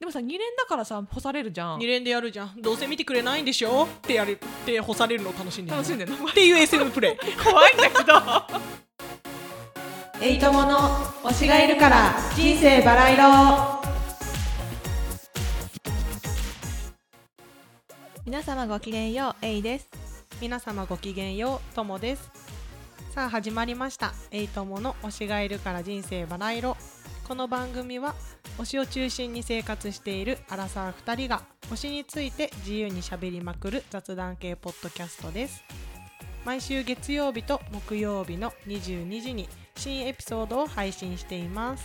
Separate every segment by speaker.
Speaker 1: でもさ2連だからさ干されるじゃん
Speaker 2: 二連でやるじゃんどうせ見てくれないんでしょってやるって干されるのを楽しんでる
Speaker 1: 楽しんでる
Speaker 2: っていう SM プレイ
Speaker 1: 怖いんだけど
Speaker 3: エイトモの推しがいるから人生バラ色皆様ごきげんようエイです
Speaker 2: 皆様ごきげんようともですさあ始まりました「エイトモの推しがいるから人生バラ色」この番組は推しを中心に生活しているアラサー2人が推しについて自由にしゃべりまくる雑談系ポッドキャストです毎週月曜日と木曜日の22時に新エピソードを配信しています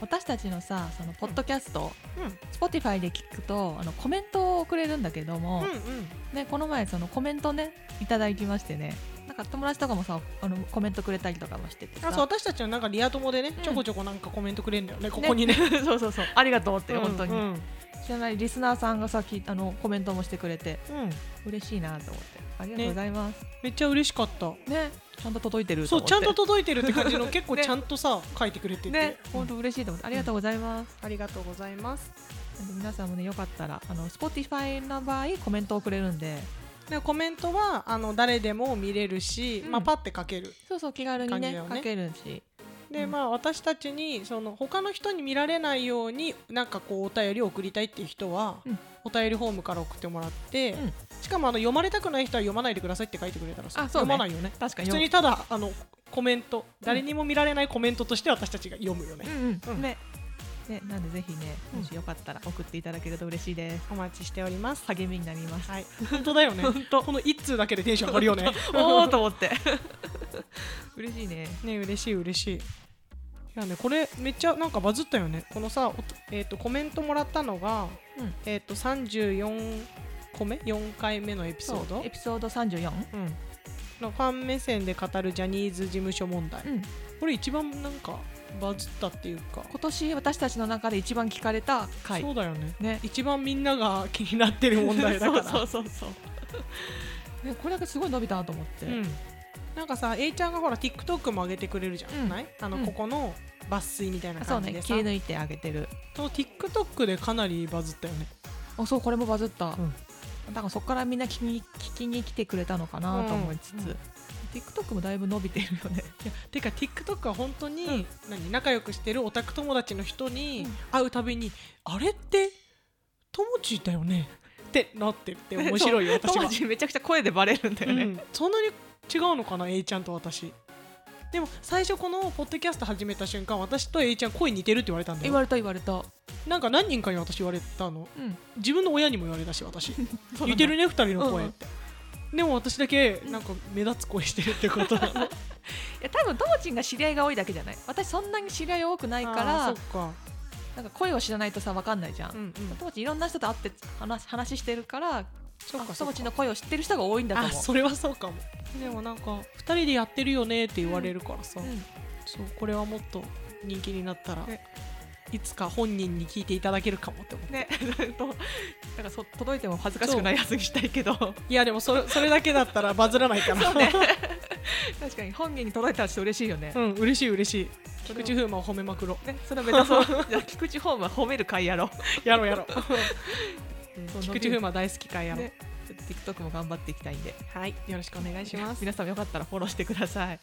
Speaker 1: 私たちのさそのポッドキャスト、
Speaker 2: うん
Speaker 1: Spotify で聞くとあのコメントをくれるんだけども、
Speaker 2: うん
Speaker 1: ね、この前そのコメントねいただきましてねなんか友達とかもさあのコメントくれたりとかもしててさ
Speaker 2: あそう私たちのなんかリア友でね、
Speaker 1: ん
Speaker 2: ちょこちょこなんかコメントくれるんだよねここに ね
Speaker 1: そうそうそうありがとうって、本当に、
Speaker 2: うん
Speaker 1: 知らないリスナーさんがさきあのコメントもしてくれて
Speaker 2: うんうん
Speaker 1: 嬉しいなと思ってありがとうございます
Speaker 2: めっちゃ嬉しかった
Speaker 1: ねちゃんと届いてると
Speaker 2: そう
Speaker 1: 思って
Speaker 2: ちゃんと届いてるって感じの結構
Speaker 1: ね
Speaker 2: ちゃんとさ、書いてくれてて、
Speaker 1: ね本当嬉しいと思ってありがとうございます、
Speaker 2: ありがとうございます
Speaker 1: なんで皆さんもねよかったらあの Spotify の場合コメントをくれるんで
Speaker 2: でコメントはあの誰でも見れるし、
Speaker 1: うん
Speaker 2: まあ、パッて書ける
Speaker 1: そうそう気軽にね
Speaker 2: 感じだよね
Speaker 1: 書けるし
Speaker 2: で、
Speaker 1: うん
Speaker 2: まあ私たちにその他の人に見られないようになんかこうお便りを送りたいっていう人は、
Speaker 1: うん
Speaker 2: お便りフォームから送ってもらって、
Speaker 1: うん
Speaker 2: しかもあの読まれたくない人は読まないでくださいって書いてくれたらさ、
Speaker 1: あそう
Speaker 2: 読
Speaker 1: ね
Speaker 2: まないよね
Speaker 1: 確か
Speaker 2: 普通にただあのコメント誰にも見られないコメントとして私たちが読むよね、
Speaker 1: うん
Speaker 2: う
Speaker 1: うんんねねなんでぜひね
Speaker 2: うん
Speaker 1: もしよかったら送っていただけると嬉しいです
Speaker 2: お待ちしております
Speaker 1: 励みになり ます
Speaker 2: はい本当 だよねこの一通だけでテンション上がるよね
Speaker 1: おおと思って 嬉しいね
Speaker 2: ね嬉しい嬉しいいやねこれめっちゃなんかバズったよねこのさおえっ、とコメントもらったのが、
Speaker 1: うん
Speaker 2: えっ、と34個目4回目のエピソード
Speaker 1: そうエピソード34
Speaker 2: うんのファン目線で語るジャニーズ事務所問題、
Speaker 1: うん
Speaker 2: これ一番なんかバズったっていうか、
Speaker 1: 今年私たちの中で一番聞かれた回
Speaker 2: そうだよね
Speaker 1: ね
Speaker 2: 一番みんなが気になってる問題だから
Speaker 1: そうそうそうそう ねこれだけすごい伸びたなと思って、
Speaker 2: うん、なんかさ A ちゃんがほら TikTok も上げてくれるじゃん、
Speaker 1: うん
Speaker 2: ないあの、
Speaker 1: うん
Speaker 2: ここの抜粋みたいな
Speaker 1: あそう
Speaker 2: 感じ
Speaker 1: ね
Speaker 2: で
Speaker 1: 切
Speaker 2: さ、
Speaker 1: り抜いてあげてる
Speaker 2: その TikTok でかなりバズったよね
Speaker 1: あそうこれもバズった、
Speaker 2: うん
Speaker 1: だからそこからみんな聞きに聞きに来てくれたのかなと思いつつ、
Speaker 2: うんうん
Speaker 1: TikTok もだいぶ伸びてるよ ね
Speaker 2: てか TikTok は本当に、
Speaker 1: うん
Speaker 2: 何仲良くしてるオタク友達の人に
Speaker 1: うん
Speaker 2: 会うたびに、あれって友達だよねってなってって面白い よ私
Speaker 1: 友
Speaker 2: は、
Speaker 1: 達めちゃくちゃ声でバレるんだよね、
Speaker 2: うんそんなに違うのかな A ちゃんと私でも最初このポッドキャスト始めた瞬間私と A ちゃん声似てるって言われたんだ
Speaker 1: 言
Speaker 2: よ
Speaker 1: われた言われた、
Speaker 2: なんか何人かに私言われたの
Speaker 1: うん、
Speaker 2: 自分の親にも言われた し私似てるね2人の声って、でも私だけなんか目立つ声してるって ことなの
Speaker 1: いや多分友人が知り合いが多いだけじゃない私そんなに知り合い多くないか
Speaker 2: あ
Speaker 1: ら
Speaker 2: ーそっか、
Speaker 1: なんか声を知らないとさ分かんないじゃん、
Speaker 2: うんうん、
Speaker 1: 友達いろんな人と会って話話してるから
Speaker 2: そっかそ
Speaker 1: 友
Speaker 2: っか
Speaker 1: 達の声を知ってる人が多いんだと
Speaker 2: あ
Speaker 1: 思う
Speaker 2: それはそうかもでもなんか2人でやってるよねって言われるから さ、
Speaker 1: うん
Speaker 2: そうこれはもっと人気になったら、
Speaker 1: ね
Speaker 2: いつか本人に聞いていただけるかもって思う
Speaker 1: ね、となんかそ届いても恥ずかしくないやつにしたいけど
Speaker 2: いやでもそれそれだけだったらバズらないかな
Speaker 1: 確かに本人に届いたらちょっと嬉しいよね,、
Speaker 2: うん嬉しい嬉しい
Speaker 1: そ
Speaker 2: 菊
Speaker 1: れを
Speaker 2: 池風磨を褒めまくろ
Speaker 1: ねそれを目指そう じゃあ菊池ホームは褒める会やろ
Speaker 2: うやろうや ろう
Speaker 1: そう
Speaker 2: 菊池風磨大好きかや
Speaker 1: う、
Speaker 2: ろう、
Speaker 1: ね、ちょっと TikTok も頑張っていきたいんで
Speaker 2: はいよろしくお願いします、
Speaker 1: 皆さんもよかったらフォローしてください
Speaker 2: はい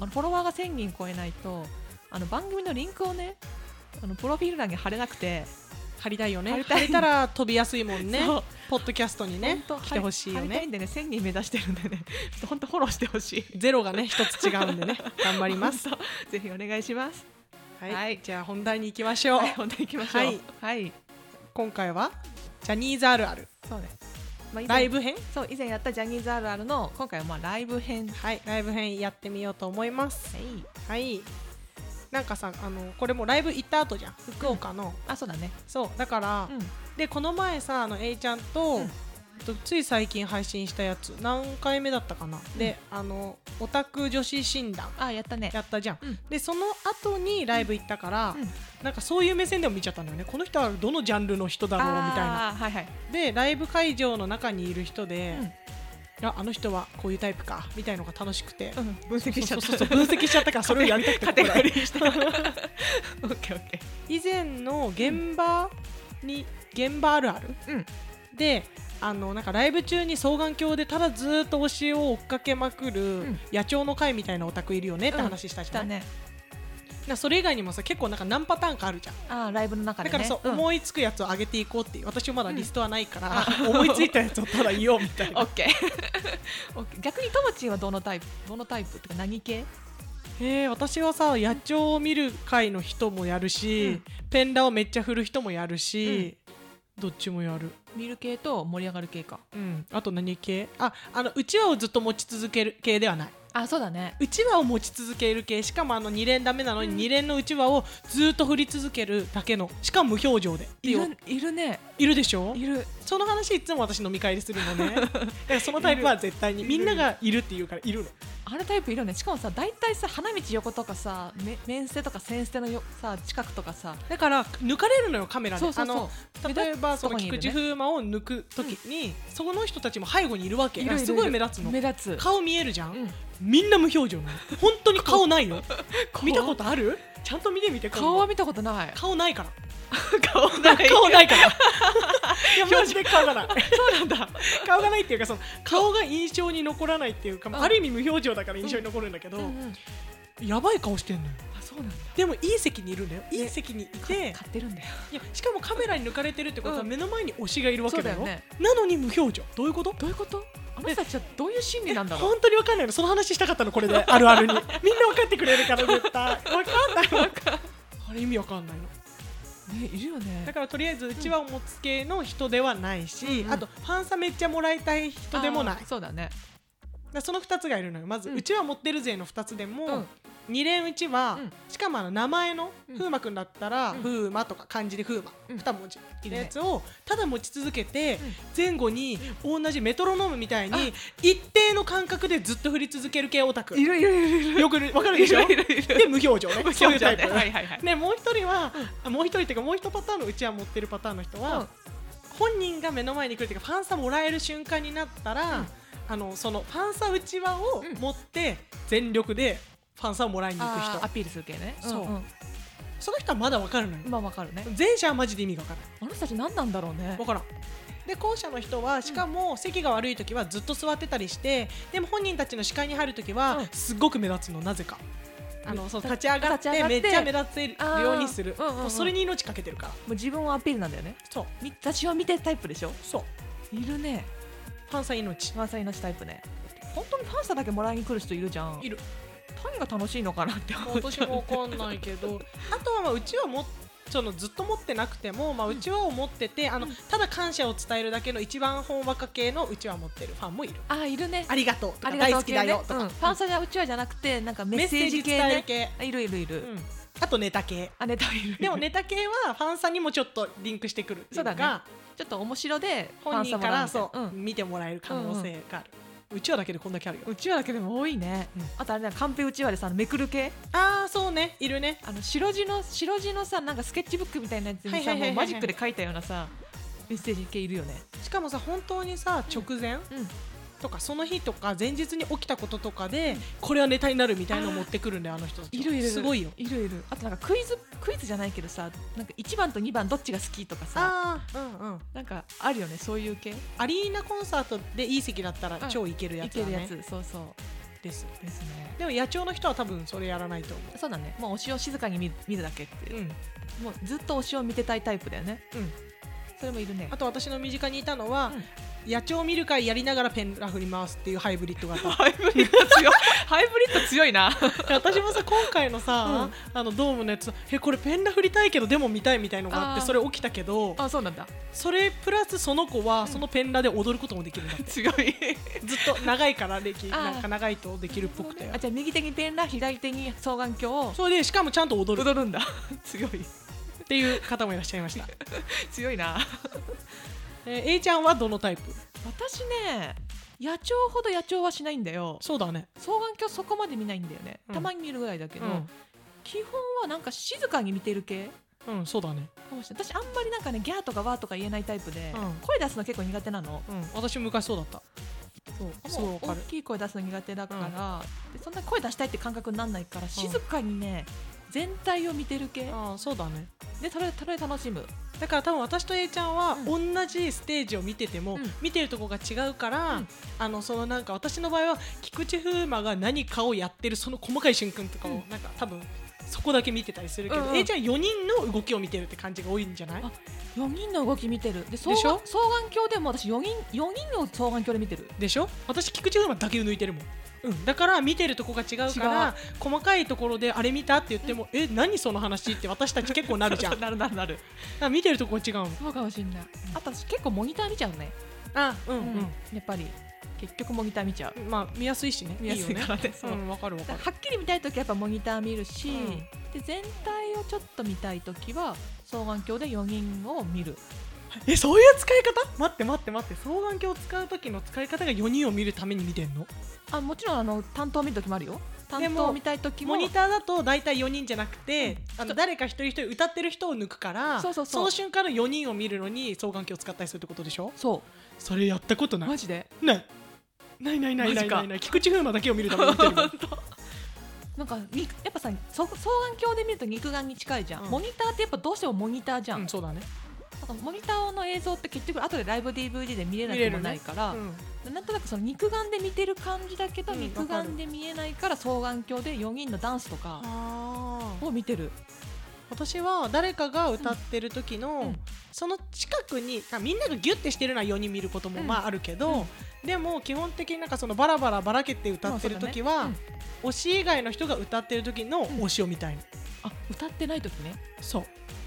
Speaker 1: あのフォロワーが1000人超えないとあの番組のリンクをねあのプロフィール欄に貼れなくて、
Speaker 2: 貼りたいよね
Speaker 1: 貼
Speaker 2: 貼
Speaker 1: り
Speaker 2: り
Speaker 1: たい
Speaker 2: たら飛びやすいもんね
Speaker 1: そう
Speaker 2: ポッドキャストにね
Speaker 1: ほんと
Speaker 2: 来てほしいよ
Speaker 1: 貼りたい
Speaker 2: ね
Speaker 1: んでね1000人目指してるんでねちょっと本当フォローしてほしい
Speaker 2: ゼロがね一つ違うんでね頑張ります
Speaker 1: ほんとぜひお願いします
Speaker 2: はい、
Speaker 1: はい
Speaker 2: じゃあ本題に行きましょう、
Speaker 1: はい本題いきましょう
Speaker 2: はい
Speaker 1: はい、
Speaker 2: 今回はジャニーズあるある
Speaker 1: そうね、まあ、以前
Speaker 2: ライブ編
Speaker 1: そう以前やったジャニーズあるあるの今回はまあライブ編は
Speaker 2: はいライブ編やってみようと思います
Speaker 1: い
Speaker 2: はいなんかさあのこれもライブ行った後じゃん福岡の、
Speaker 1: あそうだね
Speaker 2: そうだから、
Speaker 1: うん
Speaker 2: でこの前さあの A ちゃんと、
Speaker 1: うん
Speaker 2: えっとつい最近配信したやつ何回目だったかな、であのオタク女子診断
Speaker 1: あやったね
Speaker 2: やったじゃん、
Speaker 1: うん
Speaker 2: でその後にライブ行ったから、
Speaker 1: うん
Speaker 2: なんかそういう目線でも見ちゃったんだよねこの人はどのジャンルの人だろうみたいな
Speaker 1: あーはいはい
Speaker 2: でライブ会場の中にいる人で、
Speaker 1: うん
Speaker 2: いやあの人はこういうタイプかみたいのが楽しくて、
Speaker 1: うん分析しちゃ
Speaker 2: そ
Speaker 1: った
Speaker 2: うそうそう分析しちゃ ったからそれをやりたくて
Speaker 1: カテゴリ
Speaker 2: こ
Speaker 1: ーしてオッケーオッケ
Speaker 2: れ以前の現場に現場あるある、
Speaker 1: うん
Speaker 2: であのなんかライブ中に双眼鏡でただずーっと推しを追っかけまくる
Speaker 1: ん
Speaker 2: 野鳥の会みたいなオタクいるよねって話したじゃ
Speaker 1: だ
Speaker 2: ん、
Speaker 1: ね
Speaker 2: なそれ以外にもさ結構なんか何パターンかあるじゃん
Speaker 1: あーライブの中
Speaker 2: だ
Speaker 1: で、
Speaker 2: か
Speaker 1: ね、
Speaker 2: らそう、
Speaker 1: ん
Speaker 2: 思いつくやつを上げていこうっていう私もまだリストはないから、 思いついたやつをただ言おうみたい
Speaker 1: オッ
Speaker 2: な
Speaker 1: ケー オッケー逆にともちんはどのタイプどのタイプっていうか何系
Speaker 2: えー私はさ野鳥を見る会の人もやるし、
Speaker 1: うん
Speaker 2: ペンダをめっちゃ振る人もやるし、どっちもやる
Speaker 1: 見る系と盛り上がる系か
Speaker 2: うん、あと何系ああのうちわをずっと持ち続ける系ではない
Speaker 1: あそうだね
Speaker 2: うちわを持ち続ける系しかもあの2連ダメなのに2連のうちわをずっと振り続けるだけのしかも無表情でって
Speaker 1: い
Speaker 2: いう
Speaker 1: るいるね
Speaker 2: いるでしょ
Speaker 1: いる
Speaker 2: その話いつも私飲み会でするの ねだからそのタイプは絶対に
Speaker 1: いる
Speaker 2: みんながいるっていうからいるの
Speaker 1: あれタイプいるよねしかもさ大体さ花道横とかさめ面接とか先生のよさ近くとかさ
Speaker 2: だから抜かれるのよカメラで
Speaker 1: そうそうそう
Speaker 2: あの例えばその
Speaker 1: 目立つとこにいる
Speaker 2: 菊
Speaker 1: ね
Speaker 2: 池風磨を抜く時に、その人たちも背後にいるわけ
Speaker 1: いるいる
Speaker 2: すごい目立つの
Speaker 1: 目立つ
Speaker 2: 顔見えるじゃん、
Speaker 1: うん
Speaker 2: みんな無表情 なの本当に顔ないの見たことあるちゃんと見てみて今度
Speaker 1: 顔は見たことない
Speaker 2: 顔ないから
Speaker 1: 顔な
Speaker 2: 顔 ないからいやマジで顔がないそうなんだ 顔がないっていうかその顔が印象に残らないっていうか、
Speaker 1: ん
Speaker 2: ある意味無表情だから印象に残るんだけど、
Speaker 1: うんうん
Speaker 2: やばい顔してんのよ
Speaker 1: あそうなんだ
Speaker 2: でもいい席にいるんだよいい席にいて、
Speaker 1: 買ってるんだよ
Speaker 2: いやしかもカメラに抜かれてるってことは
Speaker 1: うん
Speaker 2: 目の前に推しがいるわけだよ,、
Speaker 1: そうだよね
Speaker 2: なのに無表情どういうこと
Speaker 1: どういうことあの人たちはどういう心理なんだろう
Speaker 2: 本当にわかんないのその話したかったの これであるあるにみんな分かってくれるから絶対わかんないの あれ意味わかんないの
Speaker 1: ねいるよね
Speaker 2: だからとりあえずうちわを持つ系の人ではないし、
Speaker 1: うんうん
Speaker 2: あとファンサめっちゃもらいたい人でもない
Speaker 1: あーそうだね
Speaker 2: だからその2つがいるのよまず、
Speaker 1: う
Speaker 2: うんちわ持ってる勢の2つでも、
Speaker 1: うん
Speaker 2: 2連うちは、
Speaker 1: うん
Speaker 2: しかもあの名前の
Speaker 1: うん
Speaker 2: 風磨くんだったら
Speaker 1: うん
Speaker 2: 風磨とか漢字で風磨、
Speaker 1: うん
Speaker 2: 2文字
Speaker 1: いる
Speaker 2: の
Speaker 1: ね
Speaker 2: やつをただ持ち続けて、
Speaker 1: ん
Speaker 2: 前後に同じメトロノームみたいに一定の間隔でずっと振り続ける系オタク
Speaker 1: いるいるいるいる
Speaker 2: よく分かるでしょ
Speaker 1: いるいるいる
Speaker 2: で無表情ねそういうタイプ、
Speaker 1: はいはいはい
Speaker 2: でもう一人は、あもう一人っていうかもう一パターンのうちわ持ってるパターンの人は、
Speaker 1: うん
Speaker 2: 本人が目の前に来るっていうかファンサもらえる瞬間になったら、
Speaker 1: うん
Speaker 2: あのそのファンサうちわを
Speaker 1: うん
Speaker 2: 持って全力でファンサをもらいに行く
Speaker 1: あ
Speaker 2: 人
Speaker 1: ーアピールする系ね
Speaker 2: そうん
Speaker 1: ん
Speaker 2: その人はまだわかるのよ
Speaker 1: まあわかるね
Speaker 2: 前者はマジで意味がわからない
Speaker 1: あの人たち何なんだろうね
Speaker 2: わからんで後者の人はしかも席が悪い時はずっと座ってたりしてでも本人たちの視界に入る時は
Speaker 1: うん
Speaker 2: すごく目立つのなぜかあのそう立ち上がっ
Speaker 1: 立ち上
Speaker 2: て
Speaker 1: がっ
Speaker 2: めってちゃ目立てるようにする
Speaker 1: あーうんうんうん
Speaker 2: もうそれに命かけてるから
Speaker 1: もう自分をアピールなんだよね
Speaker 2: そう
Speaker 1: み私を見てタイプでしょ
Speaker 2: そう
Speaker 1: いるね
Speaker 2: ファンサ命
Speaker 1: ファンサイのタイプね本当にファンサだけもらいに来る人いるじゃん
Speaker 2: いる
Speaker 1: 何が楽しいのかなって思っち
Speaker 2: 私
Speaker 1: ゃう
Speaker 2: もわかんないけど あとはまあうちはもそのずっと持ってなくても、まあ、うちわを持ってて、あのただ感謝を伝えるだけの一番本若系のうちわを持ってるファンもいる
Speaker 1: あーいるね
Speaker 2: ありがとうと
Speaker 1: あ
Speaker 2: か
Speaker 1: りが
Speaker 2: 大
Speaker 1: と
Speaker 2: 好
Speaker 1: う
Speaker 2: き
Speaker 1: 系
Speaker 2: だ
Speaker 1: ね
Speaker 2: よとか、
Speaker 1: うんファンサやうちわじゃなくてなんかメッセージ系
Speaker 2: メッセー
Speaker 1: ね
Speaker 2: ジ伝える
Speaker 1: あいるいるいる、
Speaker 2: 系、うんあとネタ系
Speaker 1: あネタいる
Speaker 2: でもネタ系はファンさんにもちょっとリンクしてくるっていう
Speaker 1: そ
Speaker 2: か
Speaker 1: うだねちょっと面白でファ
Speaker 2: 本
Speaker 1: ンサ
Speaker 2: 人
Speaker 1: も
Speaker 2: から
Speaker 1: う
Speaker 2: ら
Speaker 1: みたいな
Speaker 2: そう、
Speaker 1: ん
Speaker 2: 見てもらえる可能性がある、うちわだけでこんだけあるよ
Speaker 1: うちわだけでも多いね、
Speaker 2: うん
Speaker 1: あとあれだカンペうちわでさあのめくる系
Speaker 2: ああそうねいるね
Speaker 1: あの白地の白地のさなんかスケッチブックみたいなやつ
Speaker 2: は
Speaker 1: に
Speaker 2: い
Speaker 1: さ
Speaker 2: はいはいはい
Speaker 1: もうマジックで書いたようなさメッセージ系いるよね
Speaker 2: しかもさ本当にさ直前、
Speaker 1: うん
Speaker 2: とかその日とか前日に起きたこととかで、これはネタになるみたいなのを持ってくるんだよあの人たちはい
Speaker 1: るいる
Speaker 2: すごいよ
Speaker 1: いるいるあとなんかクイズクイズじゃないけどさなんか1番と2番どっちが好きとかさ
Speaker 2: ああうんうん
Speaker 1: なんかあるよねそういう系い
Speaker 2: アリーナコンサートでいい席だったら
Speaker 1: うん
Speaker 2: 超いけるやつ
Speaker 1: け
Speaker 2: だ
Speaker 1: るや
Speaker 2: ね、
Speaker 1: つそうそう
Speaker 2: です
Speaker 1: ですね
Speaker 2: でも野鳥の人は多分それやらないと思、
Speaker 1: そうだねもう推しを静かに見見るだけっていうう、
Speaker 2: うん
Speaker 1: もうずっと推しを見てたいタイプだよね
Speaker 2: うん
Speaker 1: それもいるね
Speaker 2: あと私の身近にいたのは、野鳥見る会やりながらペンラ振り回すっていうハイブリッ ド型
Speaker 1: ハイブリッド強いハイブリッド強いな
Speaker 2: 私もさ今回のさ、あのドームのやつえこれペンラ振りたいけどでも見たいみたいのがあって
Speaker 1: あー
Speaker 2: それ起きたけど
Speaker 1: あそうなんだ
Speaker 2: それプラスその子はそのペンラで踊ることもできるんだって
Speaker 1: 強い
Speaker 2: ずっと長いから歴
Speaker 1: あー
Speaker 2: なんか長いとできるっぽくて、
Speaker 1: あじゃあ右手にペンラ左手に双眼鏡を
Speaker 2: それでしかもちゃんと踊る
Speaker 1: 踊るんだ 強い
Speaker 2: っていう方もいらっしゃいました、
Speaker 1: 強いな
Speaker 2: えー A ちゃんはどのタイプ
Speaker 1: 私ね野鳥ほど野鳥はしないんだよ
Speaker 2: そうだね
Speaker 1: 双眼鏡そこまで見ないんだよね、
Speaker 2: うん
Speaker 1: たまに見るぐらいだけ
Speaker 2: う
Speaker 1: ど、
Speaker 2: ん、
Speaker 1: 基本はなんか静かに見てる系
Speaker 2: うん、そうだね、
Speaker 1: かもしれない私あんまりなんかねギャーとかワーとか言えないタイプで、
Speaker 2: うん
Speaker 1: 声出すの結構苦手なの
Speaker 2: うん、私も昔そうだった
Speaker 1: そう
Speaker 2: そうわか
Speaker 1: 大
Speaker 2: る
Speaker 1: きい声出すの苦手だから、でそんな声出したいって感覚にならないから静かにね、全体を見てる系
Speaker 2: ああそうだね
Speaker 1: でただただ楽しむ
Speaker 2: だから多分私と A ちゃんは
Speaker 1: う
Speaker 2: 同じステージを見てても、
Speaker 1: うん
Speaker 2: 見てるとこが違うから、
Speaker 1: うん
Speaker 2: あのそのなんか私の場合は菊池風磨が何かをやってるその細かい瞬間とかを、
Speaker 1: うん
Speaker 2: なんか多分そこだけ見てたりするけど、
Speaker 1: うんうん
Speaker 2: A ちゃん4人の動きを見てるって感じが多いんじゃない
Speaker 1: あ4人の動き見てるで双
Speaker 2: でし
Speaker 1: 眼
Speaker 2: ょ
Speaker 1: 双眼鏡でも私4人四人の双眼鏡で見てる
Speaker 2: でしょ私菊池風磨だけ抜いてるもん、うん、だから見てるとこが違うから
Speaker 1: 違う
Speaker 2: 細かいところであれ見たって言っても、え何その話って私たち結構なるじゃんだか
Speaker 1: なるなるなる
Speaker 2: ら見てるとこ違うもん
Speaker 1: そうかもしれないあと私結構モニター見ちゃうね
Speaker 2: あうん
Speaker 1: うん、やっぱり結局モニター見ちゃう
Speaker 2: まあ見やすいしね
Speaker 1: 見やすい
Speaker 2: よね
Speaker 1: からねそう
Speaker 2: うんわかるわか
Speaker 1: だ
Speaker 2: る
Speaker 1: からはっきり見たいときはやっぱモニター見るし、
Speaker 2: うん
Speaker 1: で全体をちょっと見たいときは双眼鏡で4人を見る
Speaker 2: えそういう使い方待って待って待って双眼鏡を使う時の使い方が4人を見るために見てんの
Speaker 1: あもちろんあの担当見るときもあるよ担
Speaker 2: で
Speaker 1: 当
Speaker 2: も
Speaker 1: を見たいときも
Speaker 2: モニターだと大体4人じゃなくて、あの
Speaker 1: 人
Speaker 2: 誰か一人一人歌ってる人を抜くから
Speaker 1: そうそうそう
Speaker 2: の瞬間の4人を見るのに双眼鏡を使ったりするってことでしょ
Speaker 1: そ
Speaker 2: それやったこと
Speaker 1: う
Speaker 2: ない
Speaker 1: マジで
Speaker 2: ないないないないな
Speaker 1: マ
Speaker 2: い
Speaker 1: ジか
Speaker 2: ないない菊池風磨だけを見るために見てるもん
Speaker 1: なんかにやっぱさそ双眼鏡で見ると肉眼に近いじゃん、
Speaker 2: うん
Speaker 1: モニターってやっぱ どうしてもモニターじゃん、
Speaker 2: うんそうだね
Speaker 1: なんかモニターの映像って結局後でライブ DVD で見れな
Speaker 2: 見
Speaker 1: く
Speaker 2: れる
Speaker 1: も
Speaker 2: ね
Speaker 1: ないから、
Speaker 2: うん
Speaker 1: なんとなくその肉眼で見てる感じだけど、
Speaker 2: うん
Speaker 1: 肉
Speaker 2: わかる
Speaker 1: 眼で見えないから双眼鏡で4人のダンスとか
Speaker 2: あー
Speaker 1: を見てる
Speaker 2: 私は誰かが歌ってる時の、
Speaker 1: うんうん
Speaker 2: その近くにあみんながギュッてしてるのは4人見ることも
Speaker 1: うん
Speaker 2: まああるけど、でも基本的になんかそのバラバラばらけて歌ってる時は、
Speaker 1: まあそうだね
Speaker 2: 推し以外の人が歌ってる時の推しを見たいの、
Speaker 1: あ歌ってない時ね
Speaker 2: そう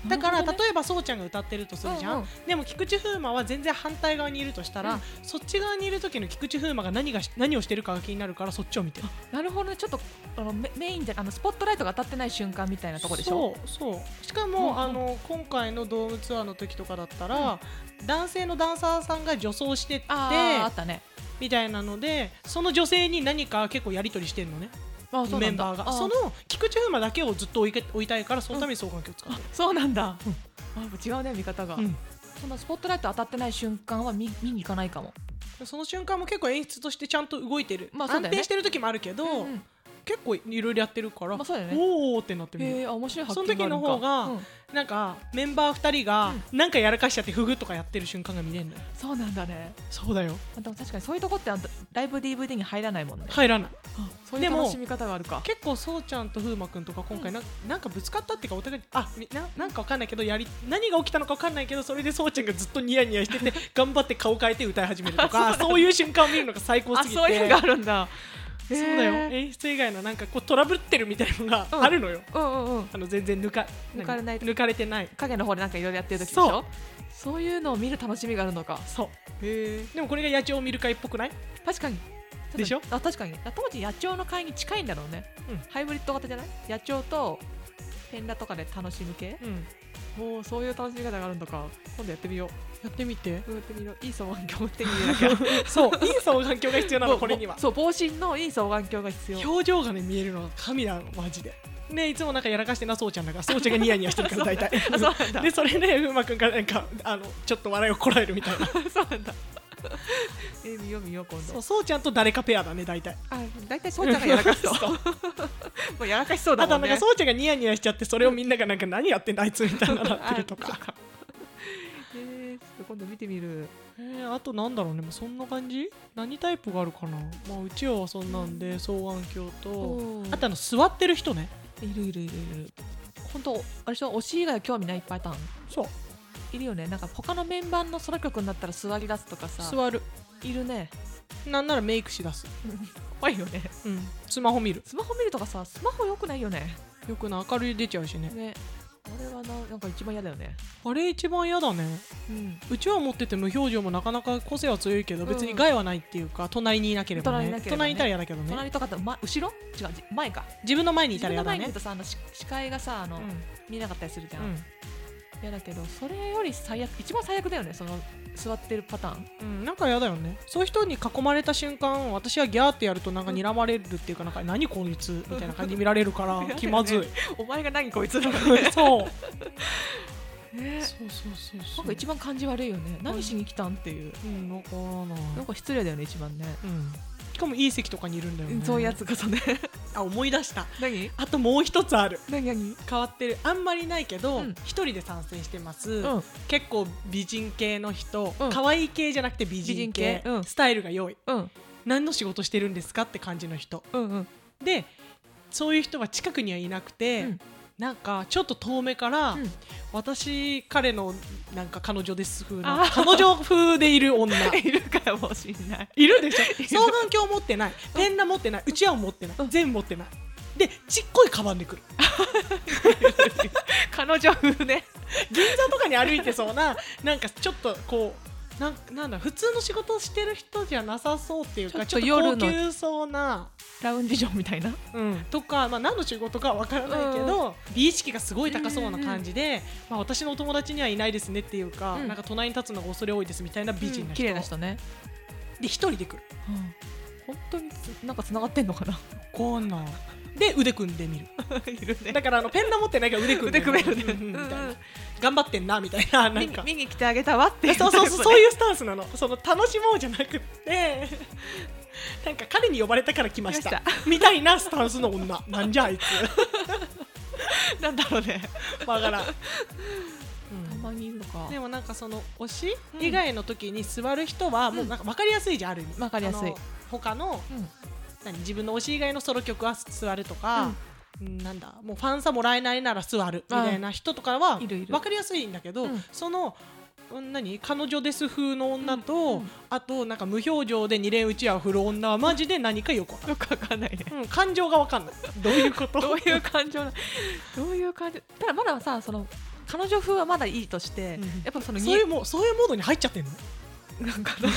Speaker 2: だから、
Speaker 1: なるほどね
Speaker 2: 例えばそうちゃんが歌ってるとするじゃん、
Speaker 1: うんうん
Speaker 2: でも菊池風磨は全然反対側にいるとしたら、
Speaker 1: うん
Speaker 2: そっち側にいる時の菊池風磨が何がし何をしてるかが気になるからそっちを見てる
Speaker 1: なるほどねちょっとあのメメインじゃあのスポットライトが当たってない瞬間みたいなとこでしょ
Speaker 2: そうそうしかも、
Speaker 1: うんうん
Speaker 2: あの今回のドームツアーの時とかだったら、男性のダンサーさんが女装してって
Speaker 1: あーあったね
Speaker 2: みたいなのでその女性に何か結構やり取りしてるのね
Speaker 1: あそう
Speaker 2: メ
Speaker 1: な
Speaker 2: ン
Speaker 1: んだ
Speaker 2: バーが
Speaker 1: あ
Speaker 2: その菊池風磨だけをずっと追いか追いたいからそのために双眼鏡を使ってる、
Speaker 1: そうなんだ、あやっぱ違うね見方が、
Speaker 2: うん
Speaker 1: そのスポットライト当たってない瞬間は見見に行かないかも、
Speaker 2: その瞬間も結構演出としてちゃんと動いてる、
Speaker 1: まあそう
Speaker 2: 安
Speaker 1: だよね
Speaker 2: 定してる時もあるけど、
Speaker 1: うんうん
Speaker 2: 結構いろいろやってるから、
Speaker 1: まあそうだよね
Speaker 2: おーおーってなってみる
Speaker 1: へえあ面白い発見がある
Speaker 2: その時の方が
Speaker 1: うん
Speaker 2: なんかメンバー2人がなんかやらかしちゃってフグとかやってる瞬間が見れるのよ
Speaker 1: そうなんだね
Speaker 2: そうだよ
Speaker 1: あでも確かにそういうとこってあんたライブ DVD に入らないもんね
Speaker 2: 入らない
Speaker 1: あそういう
Speaker 2: でも
Speaker 1: 楽しみ方があるか
Speaker 2: 結構そうちゃんと風磨くんとか今回な,、ん、なんかぶつかったっていうかお互いにあみななんかわかんないけどやり何が起きたのかわかんないけどそれでそうちゃんがずっとニヤニ ヤしてて頑張って顔変えて歌い始めるとかそういう瞬間を見るのが最高
Speaker 1: あ
Speaker 2: すぎて
Speaker 1: そういうのがあるんだ
Speaker 2: そう
Speaker 1: へー
Speaker 2: だよ演出以外のなんかこうトラブってるみたいなのが
Speaker 1: うん
Speaker 2: あるのよ、
Speaker 1: うんうんうん
Speaker 2: あの全然抜か
Speaker 1: 抜かれない
Speaker 2: 何抜かれてない
Speaker 1: 影の方でなんかいろいろやってる時でし
Speaker 2: そ
Speaker 1: ょそういうのを見る楽しみがあるのか
Speaker 2: そうでもこれが野鳥を見る会っぽくない
Speaker 1: 確かに
Speaker 2: でしょ
Speaker 1: あ確かにあ当時野鳥の会に近いんだろうね、
Speaker 2: うん
Speaker 1: ハイブリッド型じゃない野鳥とペンラとかで楽しむ系
Speaker 2: うん
Speaker 1: もうそういう楽しみ方があるのか今度やってみよ
Speaker 2: やってみて
Speaker 1: ううんやってみよういい双眼鏡を手に入れなきゃ
Speaker 2: そういい双眼鏡が必要なのこれには
Speaker 1: そう防振のいい双眼鏡が必要
Speaker 2: 表情がね見えるのが神なのマジでねいつもなんかやらかしてなそうちゃんだから そうちゃんがニヤニヤしてるから大体
Speaker 1: あそうなんだ
Speaker 2: でそれで風磨くんがなんかあのちょっと笑いをこらえるみたいな
Speaker 1: そうなんだ。え、見よう見よう、今
Speaker 2: そ
Speaker 1: 度
Speaker 2: う。そうちゃんと誰かペアだね大体
Speaker 1: あ、大体そうちゃんがやらかしそう。
Speaker 2: そう
Speaker 1: もうやらかしそう
Speaker 2: あ
Speaker 1: だも
Speaker 2: と
Speaker 1: ん
Speaker 2: なん
Speaker 1: ね。
Speaker 2: かそうちゃんがニヤニヤしちゃってそれをみんながなんか何やってんだあいつみたいななってると
Speaker 1: あ
Speaker 2: か
Speaker 1: えーちょっと今度見てみる。
Speaker 2: えーあとなんだろうねもうそんな感じ何タイプがあるかなまあうちはそんなんで双眼鏡と
Speaker 1: おー
Speaker 2: あとあの座ってる人ね
Speaker 1: いるいるいるいる。本当、あれしょ、推し以外は興味ないパターン。
Speaker 2: そう
Speaker 1: いるよね。なんか他のメンバーのソロ曲になったら座り出すとかさ。
Speaker 2: 座る
Speaker 1: いるね。
Speaker 2: なんならメイクしだす
Speaker 1: 怖いよね。
Speaker 2: うんスマホ見る
Speaker 1: スマホ見るとかさ、スマホ良くないよね。
Speaker 2: よくな明るい出ちゃうしね
Speaker 1: ね。あれはな、なんか一番嫌だよね。
Speaker 2: あれ一番嫌だね
Speaker 1: うん。
Speaker 2: うちは持ってて無表情もなかなか個性は強いけど
Speaker 1: うん
Speaker 2: 別に害はないっていうか、隣にいなければね
Speaker 1: 隣にいなければね
Speaker 2: いたら嫌だけどね
Speaker 1: 隣とかって、ま、後ろ違う、じ前か。
Speaker 2: 自分の前にい
Speaker 1: 自
Speaker 2: た
Speaker 1: 分の
Speaker 2: ら嫌だ
Speaker 1: 前にい
Speaker 2: ね
Speaker 1: るとさ、あのし視界がさ、あの、見えなかったりするじゃ
Speaker 2: うん
Speaker 1: ん。嫌だけどそれより最悪一番最悪だよねその座ってるパターン
Speaker 2: うんうんなんか嫌だよねそういう人に囲まれた瞬間私はギャーってやるとなんか睨まれるっていうかなんか何こいつみたいな感じで見られるか
Speaker 1: うん
Speaker 2: ら気まずい、
Speaker 1: お前が何こいつ
Speaker 2: そう
Speaker 1: ね
Speaker 2: そうそうそうそう
Speaker 1: なんか一番感じ悪いよね何しに来たんっていう
Speaker 2: うんわからない
Speaker 1: なんか失礼だよね一番ね
Speaker 2: うんしかもいい席とかにいるんだよね
Speaker 1: そういうやつこそね
Speaker 2: あ思い出した
Speaker 1: 何
Speaker 2: あともう一つある
Speaker 1: 何何
Speaker 2: 変わってるあんまりないけど
Speaker 1: うん
Speaker 2: 一、人で参戦してます、
Speaker 1: うん
Speaker 2: 結構美人系の人、
Speaker 1: うん
Speaker 2: 可愛い系じゃなくて美人系
Speaker 1: 美人系うん
Speaker 2: スタイルが良い
Speaker 1: うん
Speaker 2: 何の仕事してるんですかって感じの人
Speaker 1: うんうん
Speaker 2: でそういう人は近くにはいなくて、
Speaker 1: うん
Speaker 2: なんかちょっと遠目から、
Speaker 1: うん
Speaker 2: 私彼のなんか彼女です風な
Speaker 1: あー
Speaker 2: 彼女風でいる女
Speaker 1: いるかもしん ない
Speaker 2: いるでしょ双眼鏡持ってないペンダ持ってないうちわも持ってない、
Speaker 1: うん
Speaker 2: 全部持ってないでちっこいカバン で来る
Speaker 1: 彼女風ね
Speaker 2: 銀座とかに歩いてそうななんかちょっとこうなんなんだ普通の仕事してる人じゃなさそうっていうか
Speaker 1: ち
Speaker 2: ち
Speaker 1: ょっと
Speaker 2: ょっと
Speaker 1: 夜の
Speaker 2: 高級そうな、
Speaker 1: ラウンジ嬢みたいな
Speaker 2: うん、とか、まあ、何の仕事かわからないけど、美意識がすごい高そうな感じで、まあ、私のお友達にはいないですねっていうか、
Speaker 1: うん
Speaker 2: なんか隣に立つのが恐れ多いですみたいな美人な人,、
Speaker 1: 綺麗な人ね、
Speaker 2: で一人で来る
Speaker 1: うん、本当につなんか繋がってんのかな
Speaker 2: こんなんで腕組んでみる
Speaker 1: いるね
Speaker 2: だからあのペンダ持ってないから腕組んでみ
Speaker 1: 腕組めるね
Speaker 2: うんうんみた
Speaker 1: うん
Speaker 2: い
Speaker 1: う
Speaker 2: なん頑張ってんなみたいななんか
Speaker 1: 見に来てあげたわってい
Speaker 2: そうそう
Speaker 1: タイプ
Speaker 2: そう
Speaker 1: ね
Speaker 2: そういうスタンスなのその楽しもうじゃなくって なんか彼に呼ばれたから来ました
Speaker 1: 来ま
Speaker 2: みたいなスタンスの女なんじゃあいつ
Speaker 1: なんだろうね
Speaker 2: わか らん、
Speaker 1: たまにいるのか
Speaker 2: でもなんかその推し
Speaker 1: うん
Speaker 2: 以外の時に座る人はもうなんか分かりやすいじゃんある意味
Speaker 1: わかりやすい
Speaker 2: あの他の
Speaker 1: うん
Speaker 2: 何自分の推し以外のソロ曲は座るとか、うんなんだもうファンさもらえないなら座るみたいな人とかは
Speaker 1: うんいるいる
Speaker 2: 分かりやすいんだけど、
Speaker 1: うん
Speaker 2: そのうん何彼女です風の女と、
Speaker 1: んうん
Speaker 2: あとなんか無表情で二連打ち合う振る女はマジで何かよくわかん
Speaker 1: よくわかんないね
Speaker 2: ない、うん、感情がわかんないどういうこと
Speaker 1: どういう感情などういう感じただまださその彼女風はまだいいとして、
Speaker 2: うん
Speaker 1: やっぱその
Speaker 2: そういうもうそういうモードに入っちゃってんの
Speaker 1: になん かな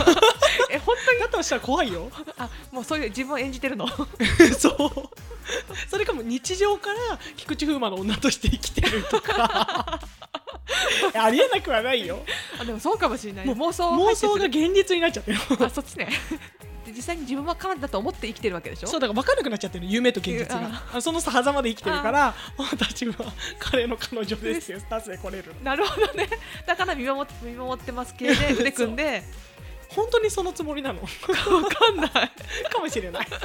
Speaker 1: え本
Speaker 2: だとしたら怖いよ
Speaker 1: 当あもうそういう自分を演じてるの
Speaker 2: そう それかもう日常から菊池風磨の女として生きてるとか ありえなくはないよ
Speaker 1: あでもそうかもしれない
Speaker 2: もう
Speaker 1: 妄想を
Speaker 2: 妄
Speaker 1: 発信
Speaker 2: 想
Speaker 1: す
Speaker 2: が
Speaker 1: る
Speaker 2: 現実になっちゃってる
Speaker 1: あそっちねで実際に自分は彼女だと思って生きてるわけでしょ
Speaker 2: そうだから分かんなくなっちゃってる夢と現実が
Speaker 1: あ
Speaker 2: あその狭間で生きてるから私は 彼の彼女ですよスタンスで来れる
Speaker 1: なるほどねだから見守って見守ってます系 で腕組んで
Speaker 2: 本当にそのつもりなの
Speaker 1: わかんない
Speaker 2: かもしれない
Speaker 1: わ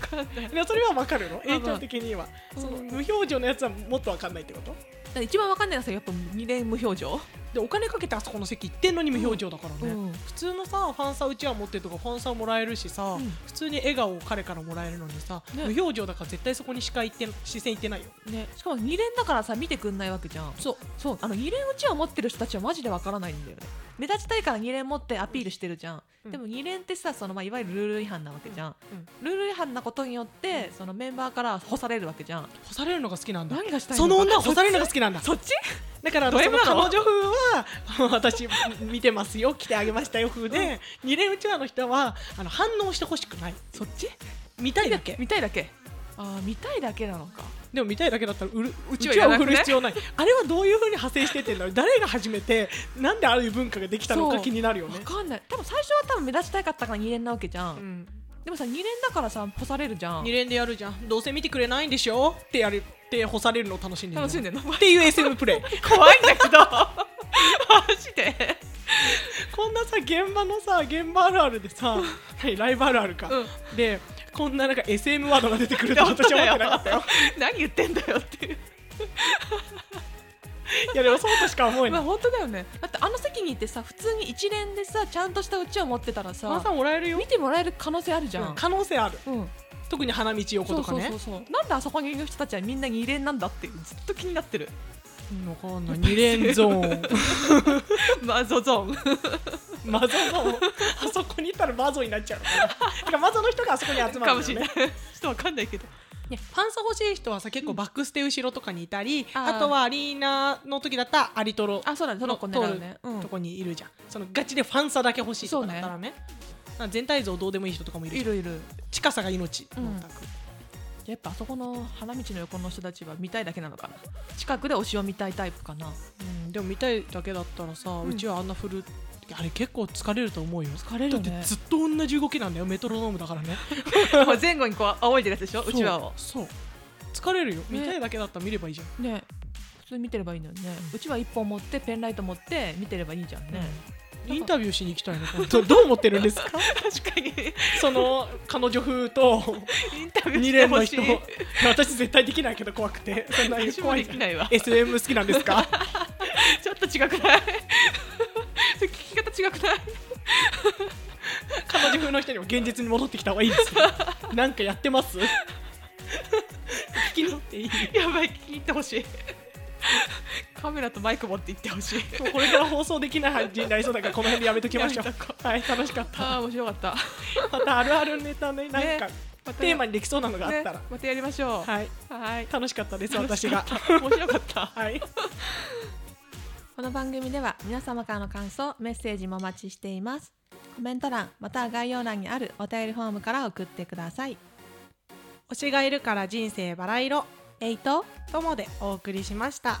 Speaker 1: かんない
Speaker 2: いやそれはわかるの
Speaker 1: まあ
Speaker 2: 影響的には、
Speaker 1: うん
Speaker 2: その無表情のやつはもっとわかんないってこと
Speaker 1: だから一番わかんないのはさやっぱ二連無表情
Speaker 2: でお金かけてあそこの席行ってんのに無表情だからね、
Speaker 1: うん
Speaker 2: 普通のさファンサうちは持ってるとかファンサもらえるしさ、
Speaker 1: うん
Speaker 2: 普通に笑顔を彼からもらえるのにさ、
Speaker 1: ね
Speaker 2: 無表情だから絶対そこにしか行って視線行ってないよ
Speaker 1: ねしかも二連だからさ見てくんないわけじゃん
Speaker 2: そう
Speaker 1: そうあの二連うちを持ってる人たちはマジでわからないんだよね目立ちたいから二連持ってアピールしてるじゃん、
Speaker 2: うん
Speaker 1: でも二連ってさその、まあ、いわゆるルール違反なわけじゃん、
Speaker 2: うん
Speaker 1: ルール違反なことによってそのメンバーから干されるわけじゃん
Speaker 2: 干されるのが好きなんだ
Speaker 1: 何がしたいの
Speaker 2: その女は干されるのが好きなんだ
Speaker 1: そっち
Speaker 2: だから
Speaker 1: ド
Speaker 2: そ
Speaker 1: M
Speaker 2: の
Speaker 1: な
Speaker 2: 彼
Speaker 1: の
Speaker 2: 女風は私見てますよ来てあげましたよ風で、二連うちわの人はあの反応してほしくない
Speaker 1: そっち
Speaker 2: 見たいだけ
Speaker 1: 見たいだけあー見たいだけなのか
Speaker 2: でも見たいだけだったら売るう
Speaker 1: ち
Speaker 2: ち
Speaker 1: は
Speaker 2: は
Speaker 1: やらなく
Speaker 2: 振
Speaker 1: ね
Speaker 2: る必要ないあれはどういうふうに派生してってんだろう誰が始めてなんでああいう文化ができたの
Speaker 1: そ
Speaker 2: か
Speaker 1: う
Speaker 2: 気になるよ
Speaker 1: わ
Speaker 2: ね、
Speaker 1: かんない多分最初は多分目立ちたかったから二連なわけじゃん、
Speaker 2: うん、
Speaker 1: でもさ二連だからさ干されるじゃん
Speaker 2: 2連でやるじゃんどうせ見てくれないんでしょってやるって干されるのを楽しんでる
Speaker 1: 楽しんでんの
Speaker 2: っていう SM プレイ
Speaker 1: 怖いんだけどマジで
Speaker 2: こんなさ現場のさ現場あるあるでさ何ライブあるあるか、
Speaker 1: う
Speaker 2: でこんななんか SM ワードが出てくると私は思ってなかったよ
Speaker 1: 何言ってんだよっていう
Speaker 2: いやでもそうとしか思え
Speaker 1: ま
Speaker 2: な
Speaker 1: あ
Speaker 2: い
Speaker 1: 本当だよねだってあの席にいてさ普通に一連でさちゃんとしたうちを持ってたら
Speaker 2: ま
Speaker 1: さ
Speaker 2: さもらえるよ
Speaker 1: 見てもらえる可能性あるじゃん、
Speaker 2: 可能性ある
Speaker 1: うん、
Speaker 2: 特に花道横
Speaker 1: そ
Speaker 2: と
Speaker 1: う
Speaker 2: か
Speaker 1: そう
Speaker 2: ね
Speaker 1: そうそうなんであそこにいる人たちはみんな二連なんだっていうずっと気になってる
Speaker 2: わかんない2連ゾーン
Speaker 1: マゾゾーン
Speaker 2: マゾのあそこに行ったらマゾになっちゃうからてかマゾの人があそこに集まるんだ
Speaker 1: か
Speaker 2: よ
Speaker 1: も
Speaker 2: ね
Speaker 1: しれないちょっとわかんないけど
Speaker 2: ねパンサー欲しい人はさ結構バックステ後ろとかにいたり、
Speaker 1: あー
Speaker 2: あとはアリーナの時だったらアリトロ
Speaker 1: あそうだねその子狙うね
Speaker 2: 通る
Speaker 1: うん
Speaker 2: とこにいるじゃんそのガチでファンサだけ欲しいとかだったらねなんか全体像どうでもいい人とかもいるじ
Speaker 1: い
Speaker 2: ゃん
Speaker 1: るいる
Speaker 2: 近さが命
Speaker 1: うん
Speaker 2: のオタク
Speaker 1: やっぱあそこの花道の横の人たちは見たいだけなのかな近くで推しを見たいタイプかな
Speaker 2: うんでも見たいだけだったらさ、うんちはあんな振るあれ結構疲れると思うよ
Speaker 1: 疲れるね
Speaker 2: だってずっと同じ動きなんだよメトロノームだからね
Speaker 1: もう前後にこう仰いでるやつでし ょうちわを
Speaker 2: そうそう疲れるよ見たいだけだったら見ればいいじゃん
Speaker 1: ね普通に見てればいいんだよね、うちわ一本持ってペンライト持って見てればいいじゃんね、
Speaker 2: うんインタビューしに行きたいの本当どう思ってるんです か
Speaker 1: 確かに
Speaker 2: その彼女風と
Speaker 1: インタビュー
Speaker 2: 2
Speaker 1: して
Speaker 2: 連
Speaker 1: ほ
Speaker 2: の
Speaker 1: し
Speaker 2: 人
Speaker 1: い
Speaker 2: 私絶対できないけど怖くてそんな
Speaker 1: 私も
Speaker 2: 怖い
Speaker 1: できないわ
Speaker 2: SM 好きなんですか
Speaker 1: ちょっと違くない 聞き方違くない
Speaker 2: 彼女風の人にも現実に戻ってきた方がいいですよ なんかやってます聞きに行っていい
Speaker 1: やばい聞きに行ってほしいカメラとマイク持って行ってほしい
Speaker 2: もうこれから放送できない話になりそうだからこの辺でやめときましょ
Speaker 1: や
Speaker 2: うはい楽しかっ た
Speaker 1: ああ面白か った
Speaker 2: またあるあるネタねなんか
Speaker 1: ねまた
Speaker 2: テーマにできそうなのがあったら、
Speaker 1: ねまたやりましょう
Speaker 2: はい
Speaker 1: はい
Speaker 2: 楽しかったです私が
Speaker 1: 面白かった
Speaker 2: はい
Speaker 1: この番組では皆様からの感想メッセージもお待ちしていますコメント欄または概要欄にあるお便りフォームから送ってください
Speaker 2: 推しがいるから人生バラ色
Speaker 1: えいと
Speaker 2: ともでお送りしました